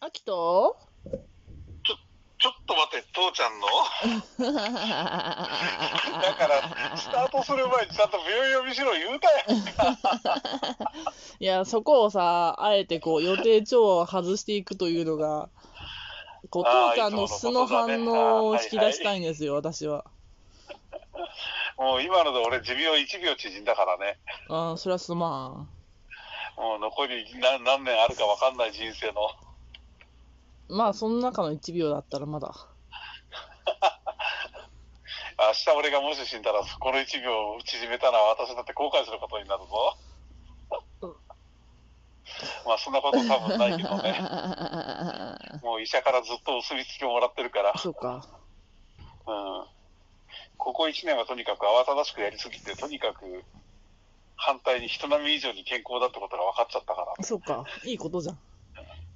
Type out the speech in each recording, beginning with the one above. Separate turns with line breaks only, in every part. あきと
ちょっと待って、父ちゃんのだから、スタートする前にちゃんと秒読みしろ言うたやん。
いや、そこをさ、あえてこう予定調和を外していくというのが、こう
あー
父ちゃんの
いつ
素
もの
の
ことだね
反応を
あーはいはい
引き出したいんですよ、私は。
もう今ので俺、寿命1秒縮んだからね。
ああ、そりゃすま
もう残り何何年あるか分かんない人生の。
ん。まあ、その中の1秒だったらまだ。
明日俺がもし死んだら、この1秒縮めたら私だって後悔することになるぞ。まあそんなこと多分ないけどね。もう医者からずっとお墨付きをもらってるから。
そうか。
うんここ1年はとにかく慌ただしくやりすぎて、とにかく反対に人並み以上に健康だってことが分かっちゃったから、
そうか。いいことじゃん。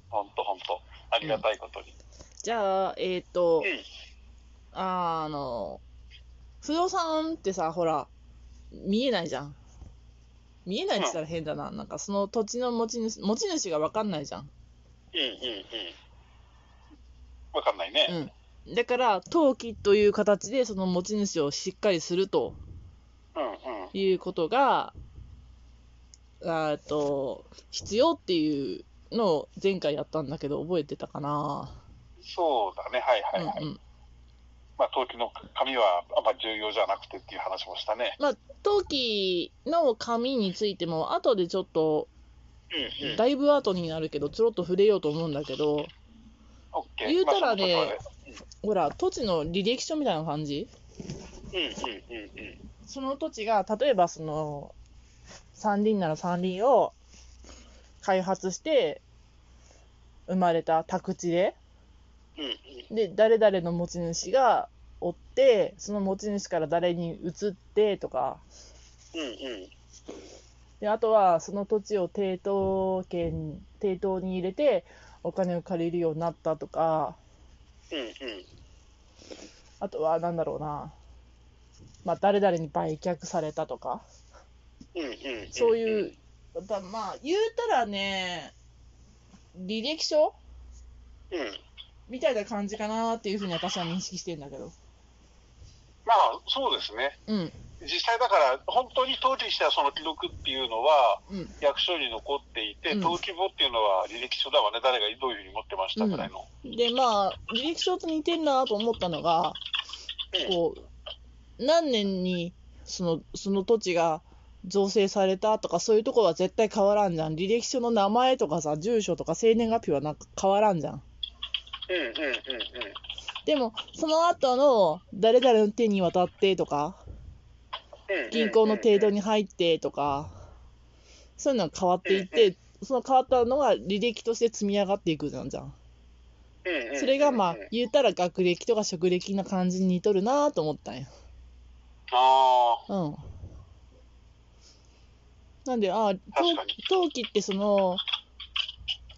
ほんとほんと、ありがたいことに。
じゃあ、えっ、と、
えい
あの、不動産ってさ、ほら、見えないじゃん。見えないって言ったら変だな。なんかその土地の持ち主、持ち主がわかんないじゃん。
いい、いい、いい。分かんないね。
うん。だから、登記という形でその持ち主をしっかりすると
うん、うん、
いうことが、あーっと、必要っていうのを前回やったんだけど、覚えてたかな。
そうだね、はいはいはい。
うんうん。
まあ、登記の紙はあんま重要じゃなくてっていう話もしたね。
登記の紙についても、後でちょっと、
うん、うん。
だいぶ後になるけど、ちょろっと触れようと思うんだけど、
オッケー。
言うたらね
まあ
ほら、土地の履歴書みたいな感じ
そんなことはねうん、うん、うん、うん。
その土地が、例えばその、山林なら山林を開発して、生まれた宅地で、
うん、うん。
で、誰々の持ち主がおって、その持ち主から誰に移ってとか、
うん、うん。
で、あとはその土地を抵当権、抵当に入れて、お金を借りるようになったとか、
うん、うん。
あとはなんだろうな、まあ、誰々に売却されたとか、
うん、うん。
そう
うん。
いう、だまあ、言うたらね、履歴書
うん。
みたいな感じかなっていうふうに私は認識してんだけど。
まあ、そうですね。
うん、
実際だから、本当に登記したその記録っていうのは、
うん、
役所に残っていて、
うん
登記簿っていうのは履歴書だわね、誰がどういうふうに持ってましたぐらいの。
で、まあ、履歴書と似てんなと思ったのが、
うん
こう、何年にそのその土地が造成されたとか、そういうとこは絶対変わらんじゃん。履歴書の名前とかさ、住所とか生年月日はなんか変わらんじゃん。
うんうんうんうん
でも、その後の誰々の手に渡ってとか、
うんうん
銀行の程度
に。
に入ってとか、そういうのが変わっていって、その変わったのが履歴として積み上がっていくじゃんじゃん。
うんうんうん
それがまあ
うんうん、
言ったら学歴とか職歴な感じに似とるなと思ったんや。
ああ、
うん。なんで、ああ、
確かに
陶器ってその、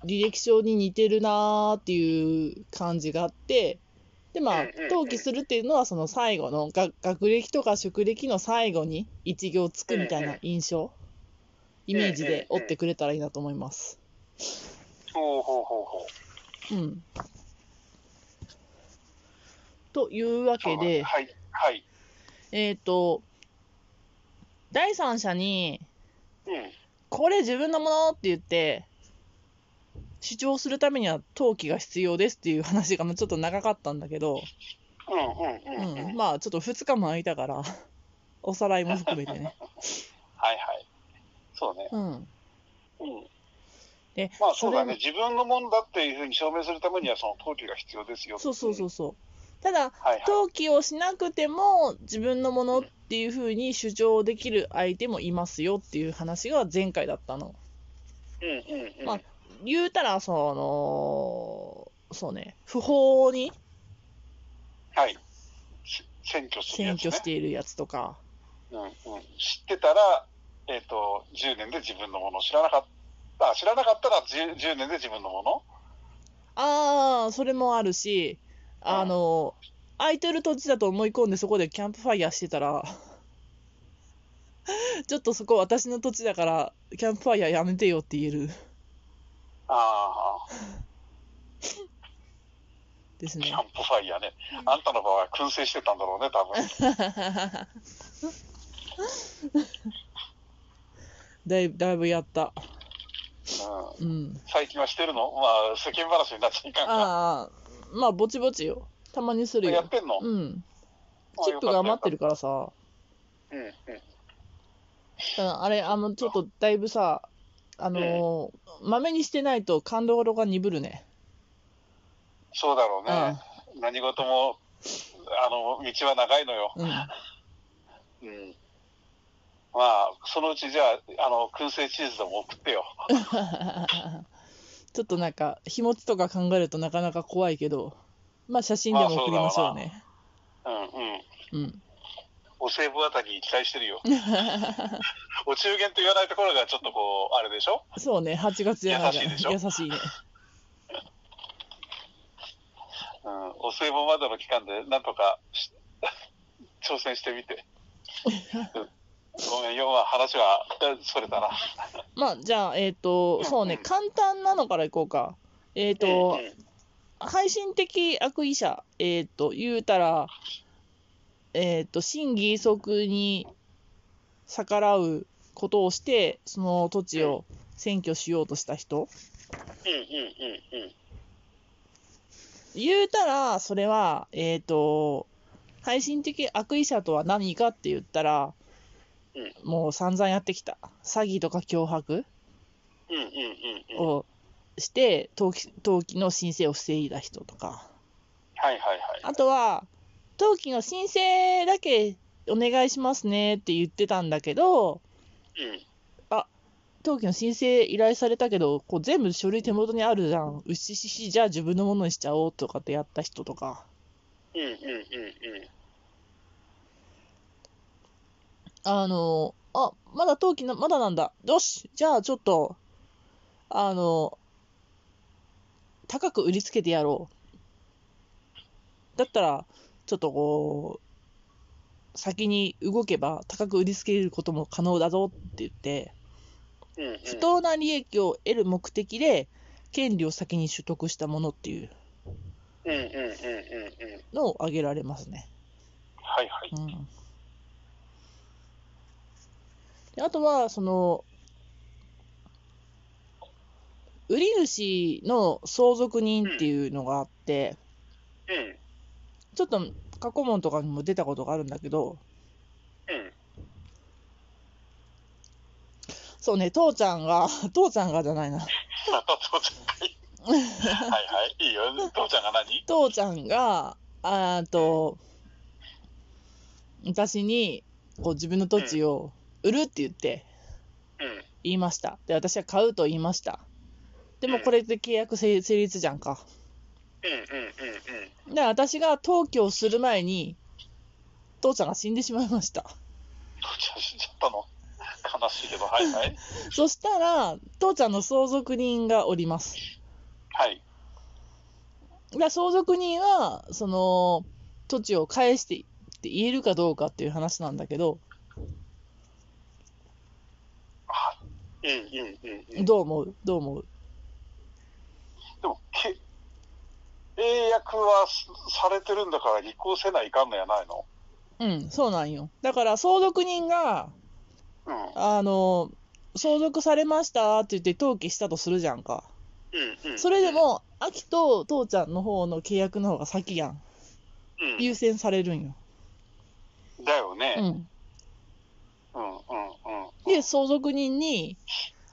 履歴書に似てるなーっていう感じがあって、で、ま
う
あ
んうんうん、
登記するっていうのは、その最後の、が学歴とか職歴の最後に一行つくみたいな印象、イメージで追ってくれたらいいなと思います。
ほうほうほうほう。
うん。というわけ
そうだね
で、
はい、はい。
えっ、と、第三者に、
うん。
これ自分のものって言って、主張するためには登記が必要ですっていう話がまあちょっと長かったんだけど、
うん
う
うんうんうん。
ん、
はい
まあちょっと2日も空いたから、 おさらいも含めてね。
はい。 そうね。
うん。
うん。
で、
まあそうだね。
れ
自分のもんだっていうふうに証明するためには、その登記が必要ですよ。。
そうそうそううそう。ただ、
はいはい。
登記をしなくても自分のものっていうふうに主張できる相手もいますよっていう話が前回だったの。
うんうんうん。
まあ言うたら、その、そうね、不法に
はい。せ選挙するや
占
つ、ね。
拠しているやつとか、
うんうん、知ってたら、えっ、と、10年で自分のもの、知らなかった、あ知らなかったら 10, 10年で自分のもの。
ああ、それもあるし、あの、空いてる土地だと思い込んでそこでキャンプファイヤーしてたら、 ちょっとそこ私の土地だから、キャンプファイヤーやめてよって言える。
ああ、
です
キ
ね
ャ。ンプファイヤーね。あんたの場合は燻製してたんだろうね、多分。
だいだいぶやった。
うん、
うん。
最近はしてるのまあ、世間話になっちゃいかんか。
ああ、まあ、ぼちぼちよ。たまにする
や
よ
っ。てんの、
うん。
あ
チップが余ってるからさ。
うんうん。
ただあれ、あの、ちょっとだいぶさ、あのー、まめにしてないと感動が鈍るね。
そうだろうね。何事も、あの、道は長いのよ。
うん。 うん。
うん。まあ、そのうちじゃあ、あの、燻製チーズでも送ってよ。
ちょっとなんか、日持ちとか考えるとなかなか怖いけど、まあ、写真でも送りましょうね。
うんうん。
うん。
お歳暮あたりに期待して るよ。お中元と言わないところがちょっとこう、あれでしょ
そうね、8月じゃないじゃん。
優しいでしょ
優しいね。
うん。お歳暮までの期間でなんとかし 挑戦してみて。うんごめんよ、まあ話はそれたな。
まあ、じゃあ、えっ、と、そうね、簡単なのからいこうか。えっ、と
うん、うん
配信的悪意者、えっ、と、言うたら、えっ、と、真偽義足に逆らうことをして、その土地を占拠しようとした人。
うんうんうん。
言うたら、それは、えっ、と、配信的悪意者とは何かって言ったら、
うん
もう散々やってきた。詐欺とか脅迫
うんうんうんうん。
をして、登記登記の申請を防いだ人とか。
はいはいはい。
あとは、登記の申請だけお願いしますねって言ってたんだけど、
うん。
登記の申請依頼されたけど、こう全部書類手元にあるじゃん。うっししし、じゃあ自分のものにしちゃおうとかってやった人とか。
うんうんうんうん。
あの、あ、まだ登記な、まだなんだ。よし、じゃあちょっと、あの、高く売りつけてやろう。だったら、ちょっとこう、先に動けば高く売りつけることも可能だぞって言って、
うんうん、
不当な利益を得る目的で、権利を先に取得したものっていう
うんうんうんうんうん。
のを挙げられますね。
はいはい。
うんであとは、その、売り主の相続人っていうのがあって、
うん
ちょっと過去問とかにも出たことがあるんだけど、
うん。
そうね、父ちゃんが、 父ちゃんがじゃないな、
また父ちゃんがいい。はいはい。いいよ。父ちゃんが何
父ちゃんが、あーと、私に、こう自分の土地を売るって言って、
うん。
言いました。で、私は買うと言いました。でもこれで契約成成立じゃんか。
うんうんうんうん。
で、私が登記をする前に、父ちゃんが死んでしまいました。
父ちゃん死んじゃったの悲しいけど、はいはい。
そしたら、父ちゃんの相続人がおります。
はい。
で相続人は、その、土地を返してって言えるかどうかっていう話なんだけど、
あうんうんうんうん。で
どう思うどう思う
も、け契約はすされてるんだから履行せないかんのやないの
うん、そうなんよ。だから、相続人が、
うん。うん
あの、相続されましたって言って登記したとするじゃんか。
うん。
それでも、秋と父ちゃんの方の契約の方が先やん。
う
優先されるんよ。
ん。だよ
う
ね。
ん。
うんうんうん。
で、相続人に、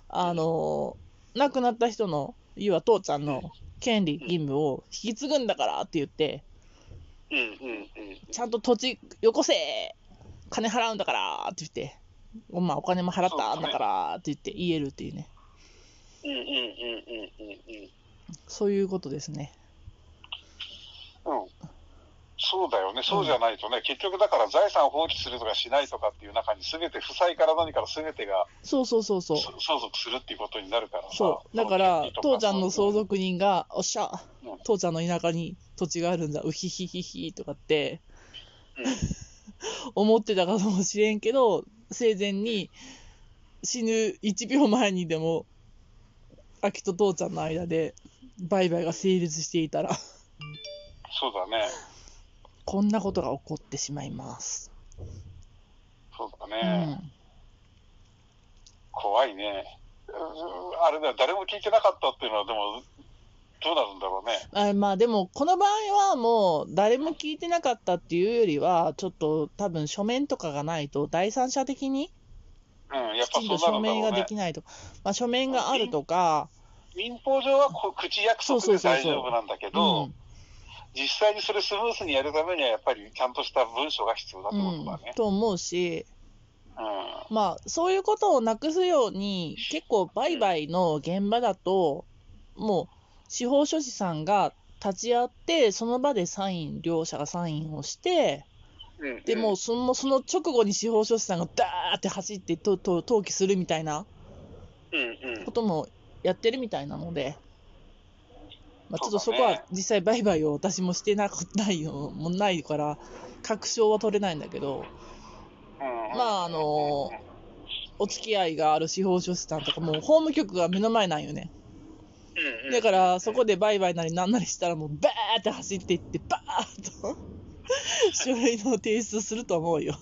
あの、亡くなった人の、要は父ちゃんの権利、義務を引き継ぐんだからって言って、
うんうんうん。
ちゃんと土地よこせ金払うんだからって言って、まあお金も払ったんだからって言って言えるっていうね、
うんうんうんうんうんうん。
そういうことですね。
うんそうだよね、そうじゃないとね、結局だから財産を放棄するとかしないとかっていう中に、すべて負債から何からすべてが
そうそうそうそう。
そ相続するっていうことになるからさ
そう。だから、父ちゃんの相。
その権利とか
続人が、おっしゃ
うん、
父ちゃんの田舎に土地があるんだ、うひひひひとかって、
うん
思ってたかもしれんけど、生前に死ぬ1秒前にでも、秋と父ちゃんの間で売買が成立していたら、
そうだね。
こんなことが起こってしまいます。
そうだ
う
ね。
ん。
怖いね。うんあれだよ、誰も聞いてなかったっていうのは、でも、どうなるんだろうね。
あまあでも、この場合はもう、誰も聞いてなかったっていうよりは、ちょっと多分書面とかがないと、第三者的に
うん、や
き
っぱ
ちんと
そう
書
なるんだ
面
ろ
が
う
で
ね。
きないとか、まあ、書面があるとか、
民法上はこう口約束
そうそう
で
そう
大
そう
丈夫なんだけ
う
ど、
ん、
実際にそれスムースにやるためには、やっぱりちゃんとした文書が必要だってこ
う
と
ん
だね、。
と思うし、
うん。
まあ、そういうことをなくすように、結構、売買の現場だと、もう、司法書士さんが立ち会って、その場でサイン、両者がサインをして、
うんうん
でもうその、その直後に司法書士さんがダーって走ってとと登記するみたいな
うんうん
こ、ともやってるみたいなので、まあ、ちょっとそ
そうだね
こは実際、売買を私もしてなくないのもないから、確証は取れないんだけど。まああのお付き合いがある司法書士さんとか、もう法務局が目の前なんよね。
うんうん
だから、そこで売買なりなんなりしたら、もうバーって走っていって、バーっと 書類の提出すると思うよ。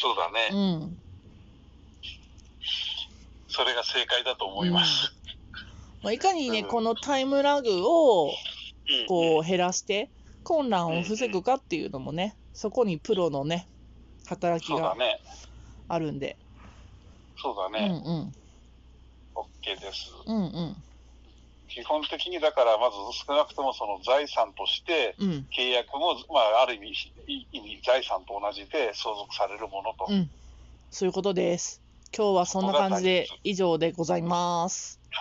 そうだ
う
ね、
ん。
それが正解だと思います。
まあ、いかにね、
うん
このタイムラグを
うん
こう減らして、混乱を防ぐかっていうのもね、そこにプロのね、働き
そうだ
が
ね、
あるんで。
そうだ
う
ね、
ん
オッ OK です。
うん。うんうん。
基本的にだから、まず少なくともその財産として、
うん。
契約も、まあ、ある意味、い意味財産と同じで相続されるものと。
うん。そういうことです。今日はそんな感じで以上でございます。